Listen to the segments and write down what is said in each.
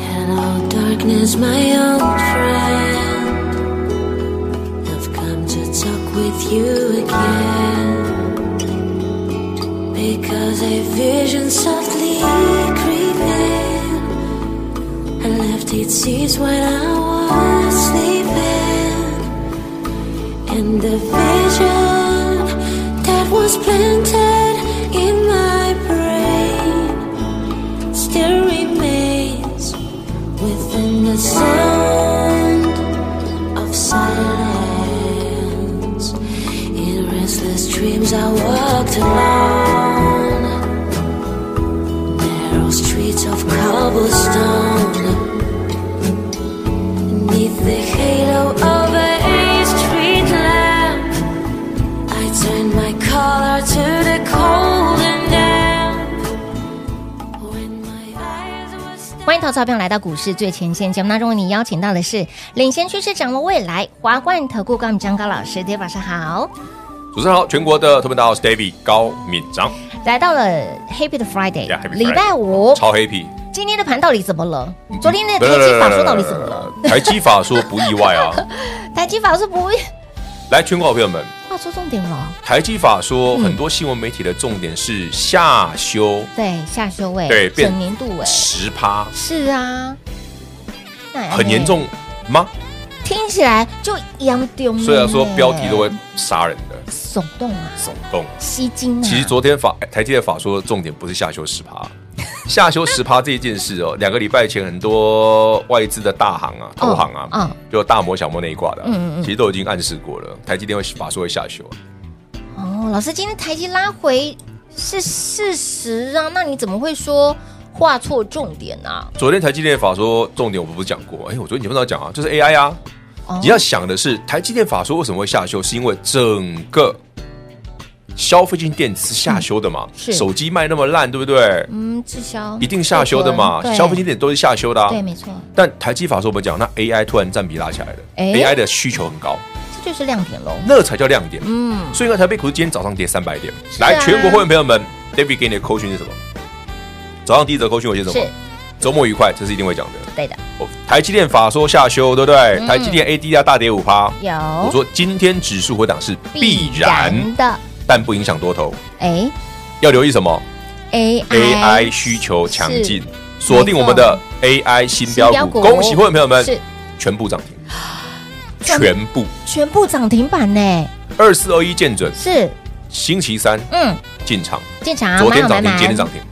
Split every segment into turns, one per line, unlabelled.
Hello, darkness, my old friend. I've come to talk with you again. Because a vision softly creeping had left its seeds when I was sleeping. And the vision that was planted in my brain still remains within the sound of silence. In restless dreams, I walked alone, narrow streets of cobblestone, neath the halo of a street lamp. I turned my collar to the cold and damp. When my eyes were still.
欢迎投资者朋友来到股市最前线节目当中，为你邀请到的是领先趋势、掌握未来华冠投顾高敏章高老师，大家晚上好。
主持人好，全国的特别大号是 David 高敏章，
来到了 Happy 的 Friday，
Yeah, Happy
礼拜五，
超 happy。
今天的盘到底怎么了？
嗯
昨天的台积法说到底怎么了？
台积法说不意 外啊。
台积法说不会，
来，全国好朋友们，
话说重点了，
台积法说很多新闻媒体的重点是下修
对下修位，
对变
整年度哎，
十趴，
是啊，那也
很严，重吗？
听起来就严重呢。
虽然说标题都会杀人的
耸动啊，
耸动，
吸睛啊，
其实昨天法台积的法说重点不是下修十 趴。下修十趴这一件事哦，两个礼拜前很多外资的大行啊、投行啊，
嗯嗯
就大摩、小摩那一挂的啊、
嗯嗯嗯
其实都已经暗示过了，台积电会法说会下修啊、
哦，老师今天台积拉回是事实啊，那你怎么会说画错重点啊？
昨天台积电法说重点我们不是讲过，哎，我昨天节目上讲啊，就是 AI 啊。
哦
你要想的是，台积电法说为什么会下修，是因为整个消费性电子是下修的嘛？
嗯是
手机卖那么烂，对不对？
嗯，滞销
一定下修的嘛，
对
消费性电子都是下修的、啊
对，。没错，
但台积法说我们讲，那 AI 突然占比拉起来了、
哎
a i 的需求很高，
这就是亮点喽。
那才叫亮点。
嗯，
所以呢，台北股市今天早上跌三百点。
啊
来，全国会员朋友们，David 给你的扣讯是什么？早上第一则扣讯我写什
是
么？周末愉快，这是一定会讲的。
对的，
哦台积电法说下修，对不对？
嗯
台积电 ADR 大跌五趴。
有
我说今天指数回档是必然，
的。
但不影响多头。
哎
要留意什么
，AI
？AI 需求强劲，锁定我们的 AI 新
新
标
标股
股。恭喜会员朋友们，
是
全部涨停，
赚
全部
全部涨停板呢，
二四二一见准，
是
星期三
嗯，
进场，
进场
昨天涨停，
买
今天涨，停，
买买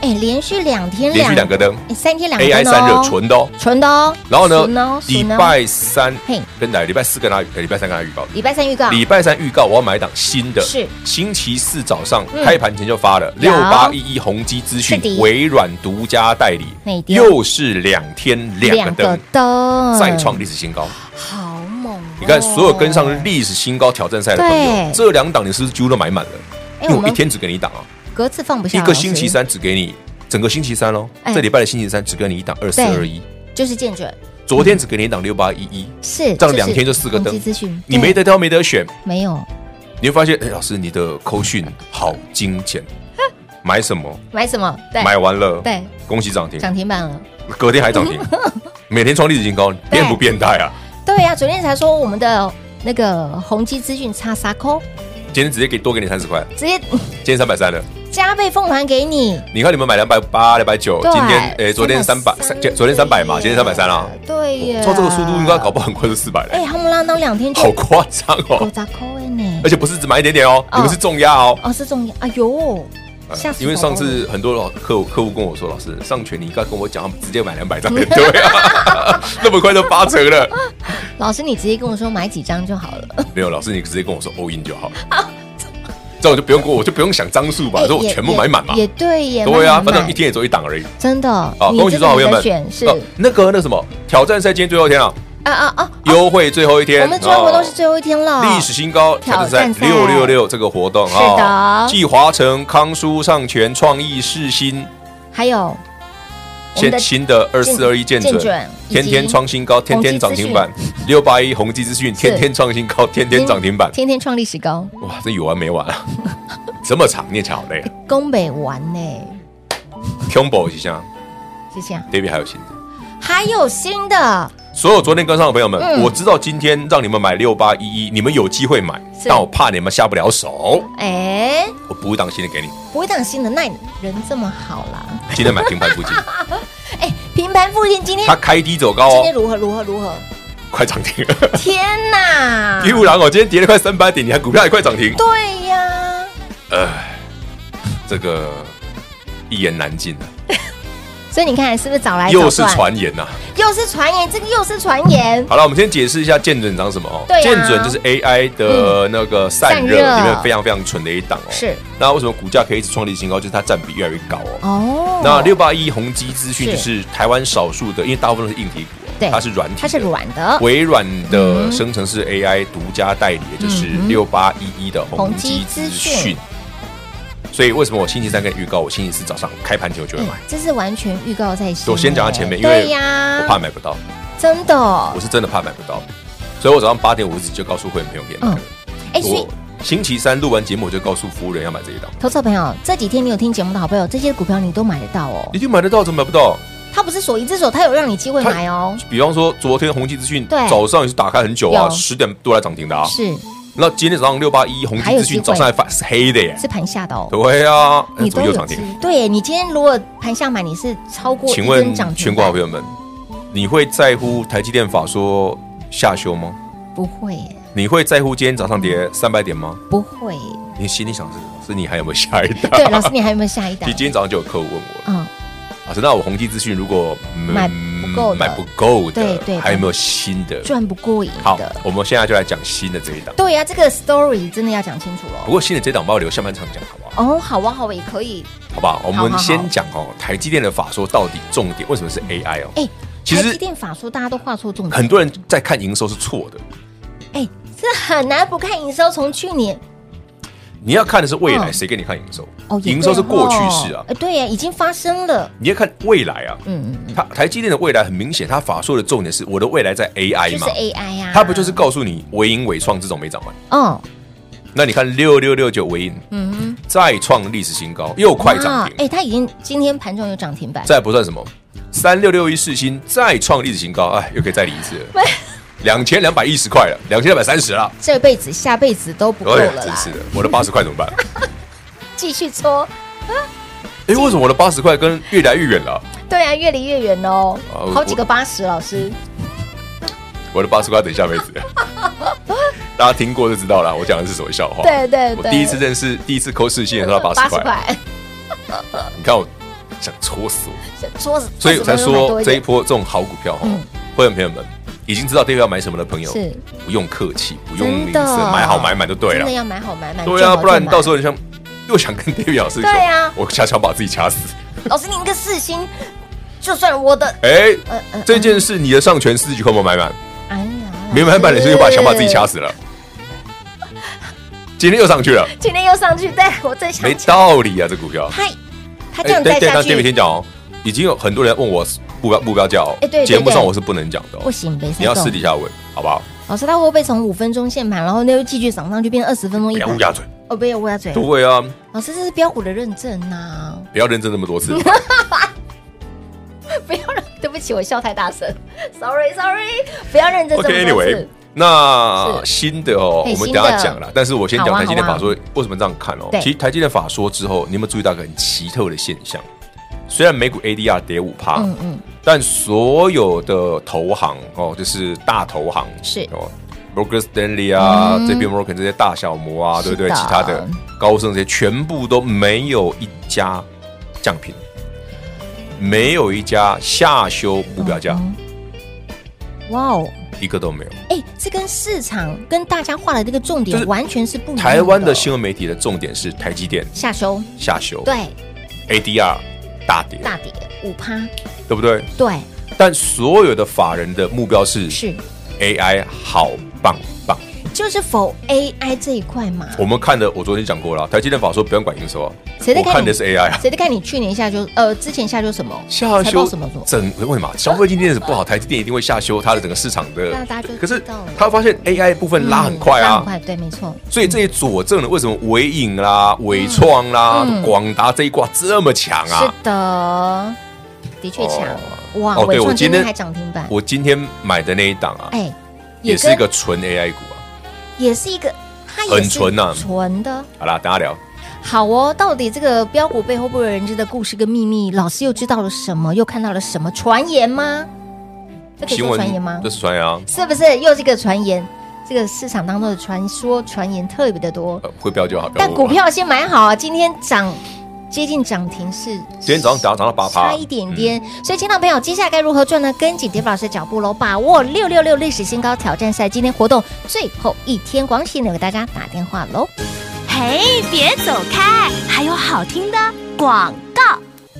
哎，连续两天
连续两个灯
哎三天两个
，AI
灯哦
散热纯的哦。
纯的哦，
然后
纯哦
呢，
纯
礼
哦
拜三
嘿
跟哪？礼拜四跟他，呃礼拜三跟他预告的。
礼拜三预告
礼拜三预告我要买一档新的，
是
星期四早上
嗯
开盘前就发了
有
六八一一宏基资讯
是的，
微软独家代理
内，丢
又是两天两个灯，
灯
再创历史新高。
好猛哦！
你看，所有跟上历史新高挑战赛的朋
对
友，这两档你是不是几乎都买满了？
哎
因为
我
我
们
一天只给你一档啊，
格子放不下，哦
一
老
个
师
星期三只给你整个星期三哦，
哎
这礼拜的星期三只给你一档二四二一，
就是见准，
昨天只给你一档六八一一，
是
这样两天就四个
就是
灯
统计咨询，
你没
对
得挑没得选，
没有
你会发现，哎，老师，你的扣讯好精简，买什么？
买什么？对，
买完了，
对，
恭喜涨停，
涨停板了。
隔天还 涨停，每天创历史新高，变不变态啊？
对呀，昨天才说我们的那个宏基资讯差沙扣，
今天直接给多给你三十块，
直接
今天三百三了。
加倍奉还给你。
你看你们买两百八、两百九，
对
今天诶，昨天三百，
330
昨昨天三百嘛，
耶
今天三百三了。
对耶，
照这个速度，应该搞不好很快就四百了，
哎哎，他们拉到两天就
好夸张哦！
五十块的呢
而。且不是只买一点点哦，
哦
你们是重压哦。
哦，是重要，哎呦，
呃
吓死
因为
宝宝
上
了
次很多老客户客户跟我说，老师上权你应该跟我讲，他们直接买 两百张， 对啊，那么快就八成了。
老师你直接跟我说买几张就好了。
没有，老师你直接跟我说 all in 就好，这样我就不用过，我就不用想张数吧，
哎
说我
也
全部买满嘛
也。也对耶，
对啊，
慢慢买
反正一天也只有一档而已。
真的，
啊，
你
恭喜
这
所
个
有
你
好朋友
的
们
选是
哦那个那个什么挑战赛今天最后一天啊，
啊啊啊！
优惠最后一天，
我们专活动
哦
是最后一天了，
历史新高挑战
挑
赛
战
六
赛
六六这个活动
是的
啊，继华城、康舒、上泉、创意、世新，
还有我们
现
的
新的二四二一
见
见
准
准
以，及
天天创新高，天天涨停板，六八一宏基资讯，天天创新高，天天涨停板，
天天创历史高，
哇，这有完没完啊？ 这么长念起来好累啊
宫北玩呢，
，combo 一下
是这样，
，David 还有新的。
还有新的，
所有昨天跟上的朋友们，
嗯
我知道今天让你们买六八一一，你们有机会买，
是
但我怕你们下不了手，
哎，
我补一档新的给你，
不会当新的，那你人这么好啦，
今天买平盘 附近，
哎，平盘附近今天
它开低走高
今天啊
哦，
如何如何如何？
快涨 停。
天哪！
一五郎哦，今天跌了快三百点，你还股票也快涨停，
对呀，
这个一言难尽啊，
所以你看是不是早来
又
早
是
赚，
传言呐、
又是传言，这个又是传言，
好了，我们先解释一下剑准长什么哦。
对啊嗯
剑准就是 AI 的那个散热
散热
里面非常非常纯的一档哦。
是。
那为什么股价可以一直创立新高？就是它占比越来越高哦。
哦
那六八一宏基资讯
是
就是台湾少数的，因为大部分都是硬体股哦，
对
它是软体，
它是。软嗯的，
微软的生成式 AI 独家代理，也就是六八一一的宏基资
嗯宏基资讯
讯。所以为什么我星期三跟你预告，我星期四早上开盘前我就会买
哎？这是完全预告在先。
我先讲到前面，因为
对呀，
我怕买不到，
真的哦
我，是真的怕买不到，所以我早上八点五十就告诉会员朋友可以买了。
哎，所以
我星期三录完节目，我就告诉服务人要买这一档，
投资朋友，这几天你有听节目的好朋友，这些股票你都买得到哦
你。就买得到，怎么买不到？
它不是锁一只手，它有让你机会
它
买哦。
比方说昨天宏基资讯
对
早上也是打开很久啊，
有
十点多来涨停的啊。
是
那今天早上六八一宏
还
基
有
资
机
讯
会
早上还发是黑的耶。
是盘下的哦，
对啊，那
你
怎
都
么又
有
涨
机
停？
会。对你今天如果盘下买，你是超过
请
一根
问
涨停
全
板
国好朋友们，你会在乎台积电法说下修吗？
不会耶，
你会在乎今天早上跌三百点吗？
不 会耶。
你心里想是，是你还有没有下一档？
对，老师，你还有没有下一
其
档
实？今天早上就有客户问我了，
嗯，
老师，啊那我宏基资讯如果嗯
买不够的
买不够
对
的
对对，
还有没有新的？
赚不过瘾
好
的，。
我们现在就来讲新的这一档。
对呀、这个 story 真的要讲清楚哦
不
喽。
过新的这档，我们要留下半场讲，好不好？
哦，好啊，好啊，也可以。
好不好？我
好好
们先讲哦，台积电的法说到底重点为什么是 AI 哦？
哎、
其实
台积电法说大家都画错重点，
很多人在看营收是错的，
哎、这很难不看营收。从去年
你要看的是未来，
嗯
谁给你看营收
哦，？也对
营收是过去式
哦
啊，
哎、对呀、已经发生了。
你要看未来啊。
嗯嗯，
它台积电的未来很明显，它法说的重点是我的未来在
嗯
AI
就是
嘛，
AI 呀、啊，
哎它不就是告诉你微影、伟创这种没涨完？
哦，
那你看六六六九微影
嗯
再创历史新高，又快涨
哎、
停，
它已经今天盘中有涨停板，
再不算什么，三六六一世新再创历史新高，哎，又可以再离一 次了，两千两百一十块了，两千两百三十了，
这辈子下辈子都不够
哎呀，
了
真
啦，
是的，我的八十块怎 么办？
继续搓。
哎，为什么我的八十块跟越来越远了？
对啊，越离越远哦，
啊我嗯
好几个八十，老师。
我的八十块等下 辈子。大家听过就知道了，我讲的是什么笑话。
对对
我
对，
第一次认识，第一次抠视线的时候八十块，啊
块，
你看我想戳死我，
桌子，
所以我才
桌子啊买多
说
一
这一
点
波这种好股票哈
嗯，
会员朋友们已经知道这个要买什么的朋友
是，
不用客气，不用
真
吝
的
啬，买好买满就对
真
了
的。要买好买满，
对
赚
啊，
好就
不然
买
到时候你像又想跟 David 老师
对啊
我恰巧把自己掐死。
老师，你那个四星，就算我的，
哎
呃呃，
这件事你的上权四十九块有没有买满？
哎呀，
没买满，你是又把想把自己掐
死。
死了。今天又上去 了，
今天又上去，对我最想
没，道理啊，这股票。哎
嗨，他这样再
但
下
这边
去，
先讲哦，已经有很多人问我目标目标价哦
哎对对，
节目上
对
我是不能讲的哦
不，行，没
你要私底下问，好不好？
老师，他会不会从五分钟限盘，然后那又继续涨上去，变二十分钟
不
一
要
盘
乌？鸦嘴，
哦，不要乌鸦嘴。
不会啊，
老师，这是标股的认证呐，
不要认真那么多 次。
不要让，对不起，我笑太大声，sorry，sorry，不要认真这么多
OK，Anyway
次。。
那新的哦，
哎
我们
新
等
的
一下讲啦。但是我先
好
讲
啊
台积电
好啊
法说，为什么这样看哦
对？
其实台积电法说之后，你有没有注意到一个很奇特的现象？虽然美股 ADR 跌五趴，
嗯嗯，
但所有的投行哦，就是大投行
是
哦，Morgan Stanley 啊，
嗯
这边 Morgan 这些大小摩啊，
是
对
的
不对？其他的高盛这些全部都没有一家降频，没有一家下修目标价，
嗯哇哦，
一个都没有。
哎，这跟市场跟大家画的这个重
就
点
是
完全是不一样
台湾的新闻媒体的重点是台积电
下修，
下修，
对，
，ADR 大跌，
大跌五趴，
对不对？
对，
但所有的法人的目标是
是
AI 好棒棒。
就是否 AI 这一块嘛？
我们看的，我昨天讲过了，台积电法说不要管营收啊，
谁在
我
看
看
你
的是 AI 啊。
谁在看你去年下修？呃，之前下修什么？
下
财
修
报什么什么？
整为什么消费今天是不好？台积电一定会下修它的整个市场的
啊那大家就。
可是
知道了嗯
他发现 AI 部分拉很快
拉
啊
很，快，嗯对，没错。
所以这也佐证了为什么伟影啦、伟创啦
嗯、
广达这一挂这么强啊。
是的，的确强哇！
哦对
伟
我
创
今
今
天
天还涨停板，
我今天买的那一档啊，
哎，
也是
跟
一个纯 AI 股啊。
也是一个，它也
很
是
纯啊呐
纯的。
好啦，大家聊。
好哦，到底这个标股背后不为人知的故事跟秘密，老师又知道了什么？又看到了什么传言吗？这可以
新
说
闻
传言吗
这？是传言啊，
是不是又是一个传言？这个市场当中的传说传言特别的多，
呃会标就好。不要
但
问
股
我啊
票先买好啊！今天涨接近涨停是
今天早上涨涨到八趴，嗯
差一点点。所以，亲爱的朋友，接下来该如何赚呢？跟紧 d a 老师的脚步喽，把握六六六历史新高挑战赛今天活动最后一天，广喜留给大家打电话喽。
嘿，别走开，还有好听的广告。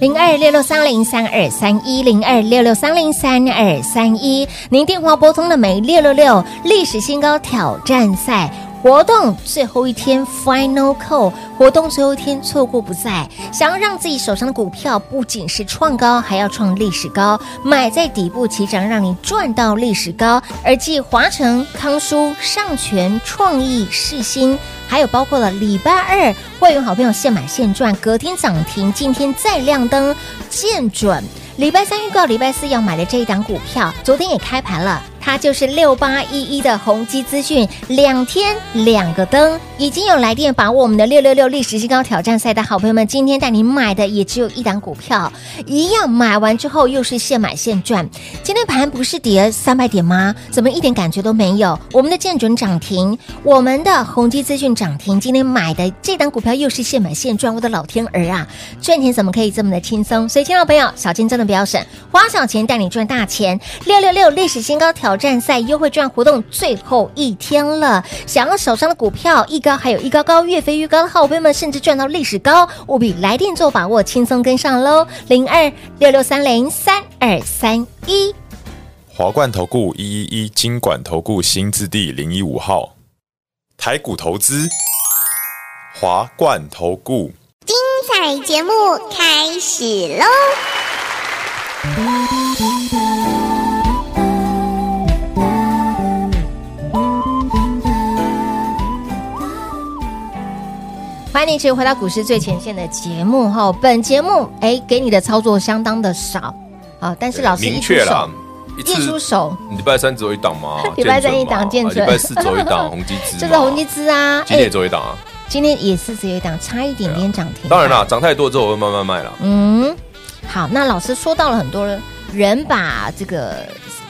零二六六三零三二三一零二六六三零三二三一，您电话拨通了没？六六六历史新高挑战赛活动最后一天 final call，活动最后一天错过不再。想要让自己手上的股票不仅是创高，还要创历史高，买在底部起涨，让你赚到历史高。而继华城、康舒、上泉、创意、世新。还有包括了礼拜二会员好朋友现买现赚，隔天涨停，今天再亮灯，见准。礼拜三预告，礼拜四要买的这一档股票，昨天也开盘了，它就是六八一一的宏基资讯，两天两个灯，已经有来电把握我们的六六六历史新高挑战赛的好朋友们，今天带你买的也只有一档股票，一样买完之后又是现买现赚。今天盘不是跌三百点吗？怎么一点感觉都没有？我们的建准涨停，我们的宏基资讯涨停，今天买的这档股票又是现买现赚，我的老天儿啊！赚钱怎么可以这么的轻松？所以，亲爱的朋友，小金真的不要省，花小钱带你赚大钱。六六六历史新高挑战赛优惠券活动最后一天了，想要手上的股票一高还有一高高，越飞越高的好朋友们，甚至赚到历史高，务必来电做把握，轻松跟上喽！零二六六三零三二三一。
华冠投顾一一一金管投顾新字第零一五号，台股投资，华冠投顾。
彩节目开始喽！
欢迎你持续回到股市最前线的节目哈。本节目哎，给你的操作相当的少啊，但是老师一
明
出
确
手
了，，一
一出手，
礼拜三只有一档嘛
礼拜三一档
建
建
准嘛
准
啊礼拜四只有一 档宏基资嘛，
就是红基资啊，
今天也只有一档啊。
今天也是只有一档，差一点点涨停、
当然，啦，涨太多之后我会慢慢卖啦。
嗯，好，那老师说到了很多人把这个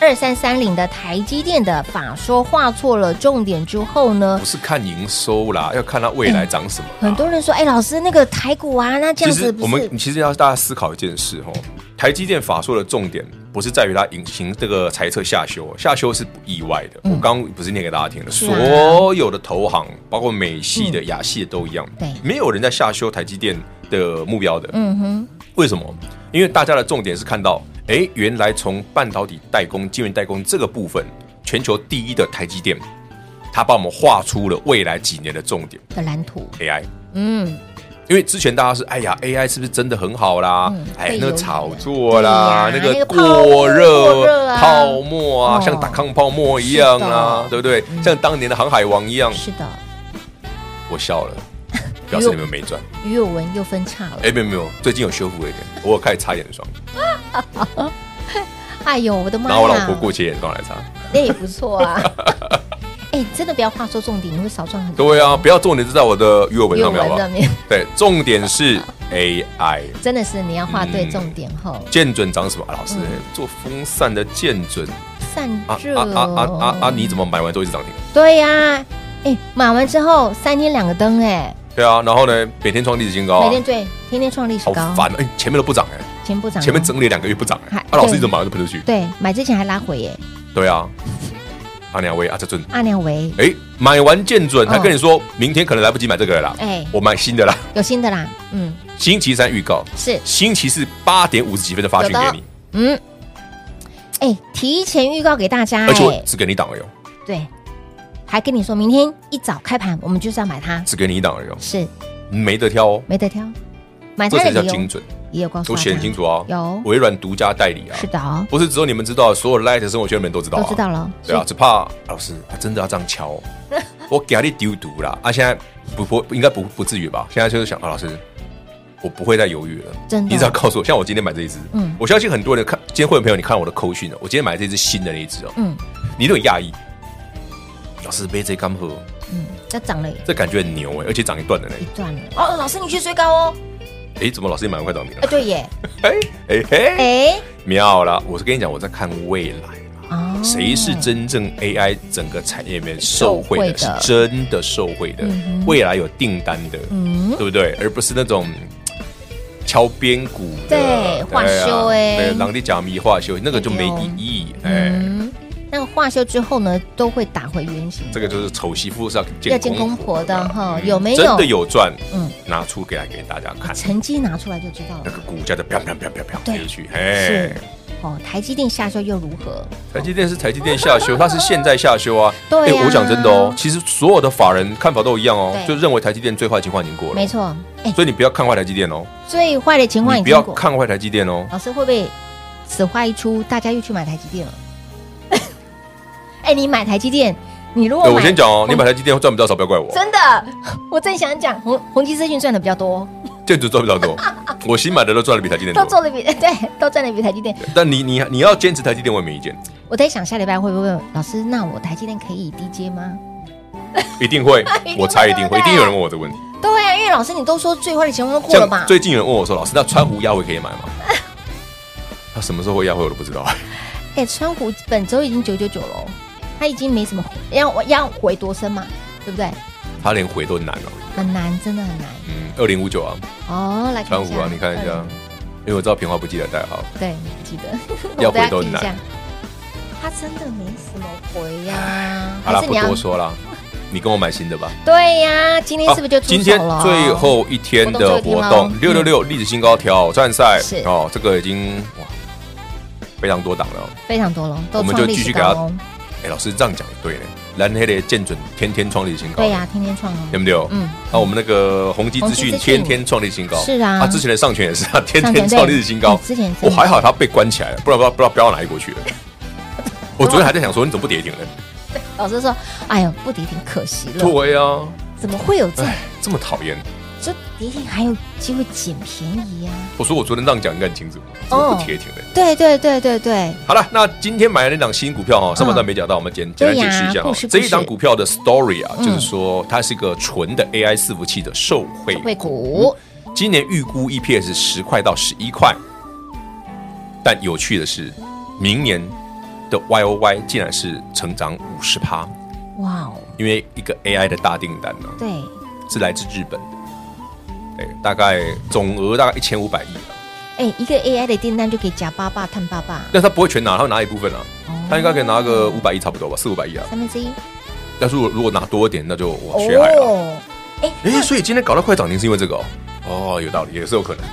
二三三零的台积电的法说画错了重点之后呢
不，是看营收啦，要看它未来涨什么啦。
很多人说，哎，老师那个台股啊，那这
其
样子
实
不
我
是
们其实要大家思考一件事哦，台积电法说的重点不是在于它引行这个财测下修，哦下修是不意外的。我刚刚不是念给大家听的，
嗯是啊嗯
所有的投行，包括美系的、亚系的都一样，
对
没有人在下修台积电的目标的。
嗯哼，
为什么？因为大家的重点是看到，哎，原来从半导体代工、晶圆代工这个部分，全球第一的台积电，它帮我们画出了未来几年的重点
的蓝图，
AI。
嗯，
因为之前大家是哎呀，AI 是不是真的很好啦？
嗯
哎
被，
那
有
个炒作啦，
对呀
那
那
个
个泡沫
过
过热
热
啊
泡沫啊，
哦
像打康泡沫一样啊
是的，嗯
对不对？像当年的航海王一样，
是的，
我笑 了，表示你们没赚。
鱼尾纹又分叉了，
哎，没有没有，最近有修复了一点，我有开始擦眼霜，
哎呦，我的妈
然
呀！
后我老婆过期眼霜来擦。
那也不错 啊。哎、真的不要话说重点，你会少赚很多。
对啊，不要重点是在我的鱼尾纹
英
上面，好不
文
啊好
上？面
对，重点是 AI。
真的是你要画对
嗯
重点后，
剑准长什么？啊老师
嗯
做风扇的剑准
散
啊
热哦
啊啊啊啊啊！你怎么买完之后一直涨停？
对呀、哎、买完之后三天两个灯、哎
对啊，然后呢，每天创历史新高
哎，每
啊，
天对，天天创历史
好
高，
烦啊！哎，前面都不涨哎，
前不涨，
前面整理两个月不涨
还，
哎啊，老师
对
一直买完就喷出去。
对，买之前还拉回耶、
对啊，阿娘威阿这准，
阿娘维，
哎，买完剑准还
嗯
跟你说明天可能来不及买这个了啦，
哎、
我买新的啦。
有新的啦，嗯，
星期三预告，
是，
星期四八点五十几分的发讯
有的
给你，
嗯，哎，提前预告给大家，
而且我
哎，
只给你一档而已哦，
对，还跟你说明天一早开盘我们就是要买它，
只给你一档而已哦，
是
没得挑哦，
没得挑，买
这
它
才叫
的理
精
由
准。
也有告诉
我
大
写
家
很清楚啊，
有
微软独家代理啊，
是的哦，
不是只有你们知道，所有 Light 生活圈的人都知道、啊，
都知道了，
对啊，只怕老师、啊、真的要这样 敲哦、我给你丢毒啦！啊，现在不不应该不不至于吧？现在就是想啊，老师，我不会再犹豫了，
真的
你只要告诉我，像我今天买这一只，
嗯
我相信很多人看今天会有朋友，你看我的扣讯哦，我今天买这只新的那一只哦，
嗯
你都很讶异，老师被这干喝，
嗯，这涨了一
这感觉很牛哎，而且涨一段的呢，
段了哦，老师你去追高哦，
哎，怎么老师也买完快涨停
哎
了？
对耶，
哎哎嘿，
哎
妙啦！我是跟你讲，我在看未来啦。
哦，
谁是真正 AI 整个产业里面受惠的，
受惠的
是真的受惠的，未来有订单的，
嗯
对不对？而不是那种嘖敲边鼓的，哎
对化修欸
对，狼的假迷化修，那个就没意义，哎，
嗯，那个化修之后呢，都会打回原形，
这个就是丑媳妇是要
要
见
见公婆的哈
嗯
有没有
真的有赚？
嗯
拿出给来给大家看，
成绩拿出来就知道
那
了。
个股价就啪啪啪啪啪
对
飞去，
是
哎，
哦，台积电下修又如何？
台积电是台积电下修，它是现在下修啊。
对啊
哎我讲真的哦，其实所有的法人看法都一样哦，
对
就认为台积电最坏情况已经过了。
没，错，哎，
所以你不要看坏台积电哦，
最坏的情况
你
已
不要
经过。
看坏台积电哦。
老师会不会此话一出，大家又去买台积电了？ 哎，你买台积电，你如果
哎，
买
我先讲哦，你买台积电赚不到少，不要怪 我。
真的，我正想讲宏宏基资讯赚的比较多，
建筑赚不 到多，我新买的都赚的比台积电
都
多。
做的比 对，都赚的比台积电。
但你你你要坚持台积电，我也没意见，
我在想下礼拜会不会老师？那我台积电可以低接吗？
一定 会
定，会
我猜一定
对不
会，
对
一定有人问我这个问题。
对啊呀、因为老师你都说最坏的情况都过了
像
嘛。
最近有人问我说，老师，那川湖压回可以 买吗？他什么时候会压回我都不知道。
哎，川股本周已经九九九了哦，它已经没什么要要回多深嘛，对不对？
他连回都很难哦。
很难，真的很难。
嗯，二零五九啊，
哦，来看
川
一下
湖啊，你看一下
嗯，
因为我知道平花不记得代号。
对，记得
要
我等下
回都
听一
难
下。它真的没什么回呀、
好啦，
还是
不
你要
多说啦，你跟我买新的吧。
对呀、今哎天是不是就出手
今天
了
最后一天的活
活动
动，
最
六
后一天
六
嗯
六历史新高挑战赛
是
哦，这个已经哇非常多档了哦。
非常多了，都
我们
创
就
历
继
史
续给它
高哦。
哎，老师这样讲也对呢，蓝黑的见准天天创历史新高，
对呀、天天创哦。
对不对？
嗯
嗯，那我们那个宏基资
宏基资
讯
讯
天天创历史新高，
是啊
他之前的上权也是啊，天
上权
天创历史新高
对嗯。之前真
我
的
还好他被关起来了，不然不知道不知道飙到哪里国去 了。我昨天还在想说，你怎么不跌停呢？
老师说，哎呦，不跌停可惜了，
对啊呀，
怎么会有这
哎，这么讨厌。
这跌停还有机会捡便宜呀、啊
我说我昨天这样讲应该很清楚，
哦
怎么不跌停呢？
对对对对对，
好了，那今天买的那档新股票哈、上半段没讲到，我们简简
嗯对呀
单解释一下哈、
故事故
这
事
一档股票的 story 啊，
嗯
就是说它是一个纯的 AI 伺服器的受惠
会股
今年预估 EPS 十块到十一块，但有趣的是，明年的 YOY 竟然是成长五十趴，
哇哦，
因为一个 AI 的大订单呢、
对，
是来自日本的，哎，大概总额大概一千五百亿啊。
哎，一个 AI 的订单就可以夹爸爸探爸爸，
但他不会全拿，他会拿一部分啊
哦，
他应该可以拿个五百亿差不多吧，四五百亿啊。
三分之一
但是如果如果拿多一点，那就我血海啊
哦
了。，哎、所以今天搞到快涨停是因为这个哦。哦，有道理，也是有可能。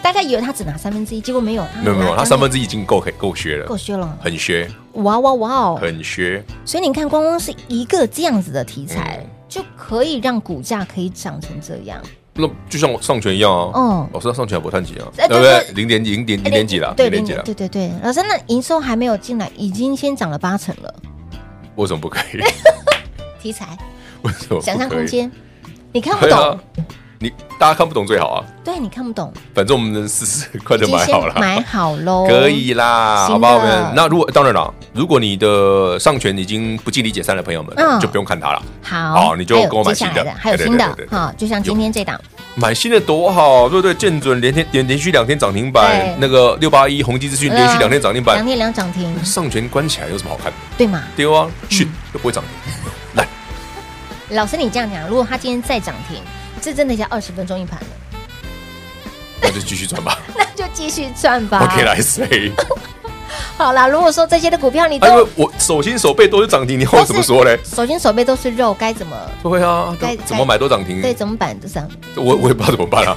大家以为他只拿三分之一，结果没有，
没有没有，它三分
之
之一已经够可以够削了
哎够，削了，
很削，
哇哇哇哦！
很削。
所以你看，光光是一个这样子的题材
嗯，
就可以让股价可以涨成这样，
那就像我上权一样啊，
嗯
老师他上权还不探几啊，
哎对
对不对？零点几，零点零点几啦，
哎对
零点几啦，
对对对，老师，那营收还没有进来，已经先涨了八成了，
为什么不可以？
题材
为哦什么不可以
哎想象空？间，你看不
对啊
懂，，
你大家看不懂最好啊，
对你看不懂，
反正我们能试试，快
已
点
经
买
先
好了，
买好喽，
可以啊啦，
哦行啊
好不
的
好？我们那如果当然了，如果你的上权已经不尽力解散的朋友们，
嗯
就不用看它了。
好，
好哦你就
还有
跟我买
接下
新的
来还有
对对
新的
对对对
哈，就像今天这档，
买新的多好，对不对？建准连天连连续两天涨停
对嗯
板，那个六八一宏基资讯连续两天涨
两
停板，
天嗯两涨停，
上权关起来有什么好看？
对嘛？
丢啊，去又不会涨停，
老师，你这样讲，如果它今天再涨停，这真的要二十分钟一盘了，
那就继续赚吧。
那就继续赚吧。
我可以来谁？
好啦，如果说这些的股票你
啊因为
都
我手心手背都是涨停，你要我怎么 说嘞？
手心手背都是肉，该怎么
对啊，
该
都怎么买都涨停，
对怎么办这样？
我我也不知道怎么办啊。
哦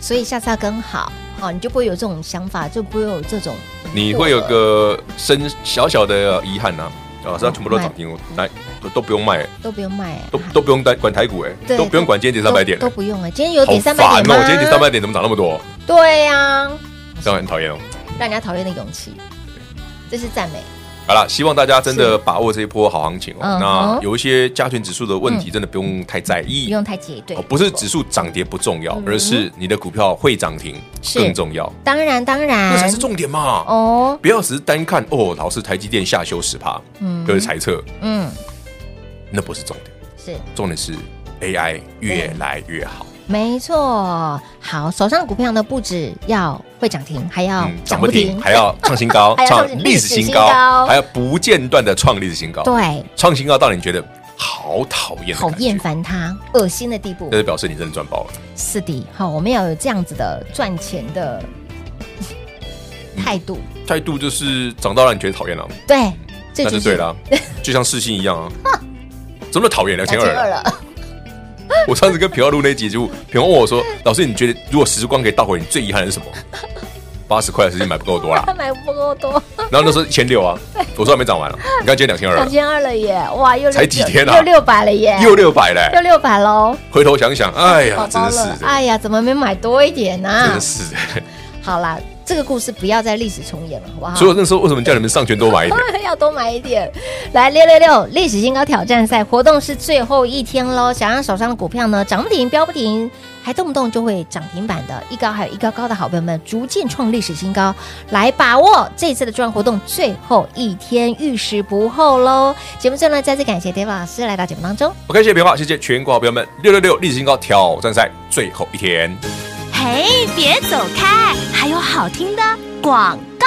所以下次要跟好，好，你就不会有这种想法，就不会有这种嗯
你会有个深小小的遗憾呐、啊，啊，是要全部都涨
哦
停，来都都不用卖，
都不用卖啊，
都都不用管管台股哎、
对
都不用管今天跌三百点
都
哎、
都不用哎，今天有
好
点三百
烦
点
哦
吗！！
今天跌三百点怎么涨那么多？
对呀，
这样很讨厌哦。
让人家讨厌的勇气，这是赞美。
好了，希望大家真的把握这一波好行情哦。
嗯
那
好
有一些加权指数的问题，真的不用太在意，
不用太介意，对嗯
哦，不是指数涨跌不重要，而是你的股票会涨停
是
更重要，
当然当
那才
然
是重点嘛。
哦，
不要只是单看哦，老师台积电下修十趴，
嗯
各位猜测，
嗯，
那不是重点，
是
重点是 AI 越来越好，
没错。好，手上的股票呢，不止要会涨停，还要
嗯
涨不停，，
还要创新高
还要
创
创
历史新高，还要不间断的创历史新高，
对，
创新高到你觉得好讨厌，
好厌，烦它，恶心的地步
那。就表示你真的赚爆了。
是的，好，我们要有这样子的赚钱的态度，
态度就是涨到让你觉得讨厌了，
对，这
嗯那
就
就是对了啊， 就像世新一样啊，怎么讨厌
两
两千
千二
二？
了，
我上次跟平浩录那一集，就平浩问我说：“老师，你觉得如果时光可以倒回，你最遗憾的是什么？”八十块的时间买不够多 啦，
买不够多，
然后那时候一千六啊，我说还没涨完了，你看今天两千二
两
了，
千二了耶，哇，又
才几天啊
又六百了耶，
又六百嘞
又，六百喽，
回头想想，哎呀，
宝
真
宝
的是
了，，哎呀，怎么没买多一点呢、
真的是，
好啦，这个故事不要再历史重演了，好不好？
所以我那时候为什么叫你们上全多买一点？
要多买一点。来六六六历史新高挑战赛活动是最后一天喽，想让手上的股票呢涨不停、飙不停，还动不动就会涨停板的一高还有一高高的好朋友们，逐渐创历史新高，来把握这次的专案活动最后一天，遇时不候喽。节目最后呢，再次感谢 David 老师来到节目当中。
OK，谢谢平浩，谢谢全国好朋友们，六六六历史新高挑战赛最后一天。
嘿，别走开，还有好听的广告。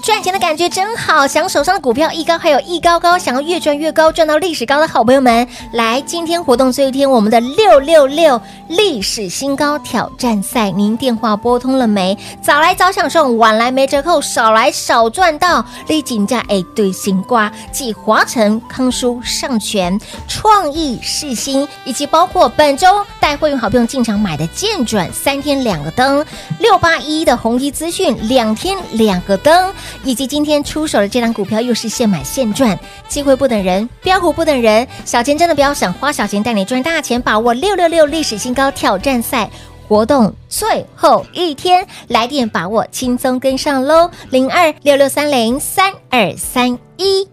赚钱的感觉真好，想手上的股票一高还有一高高，想要越赚越高，赚到历史高的好朋友们，来今天活动最后一天，我们的六六六历史新高挑战赛，您电话拨通了没？早来早享受，晚来没折扣，少来少赚到。立锦价哎对新瓜，继华晨、康舒、上全、创意、世新，以及包括本周带会员好朋友进场买的建转三天两个灯，六八一的宏基资讯两天两个灯，以及今天出手的这档股票又是现买现赚，机会不等人，标股不等人，小钱真的不要省，花小钱带你赚大钱，把握六六六历史新高挑战赛。活动最后一天，来电把握，轻松跟上喽！零二六六三零三二三一。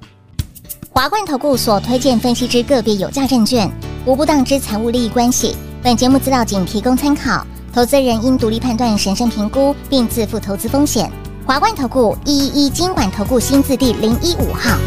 华冠投顾所推荐分析之个别有价证券，无不当之财务利益关系。本节目资料仅提供参考，投资人应独立判断、审慎评估，并自负投资风险。华冠投顾一一一金管投顾新字第零一五号。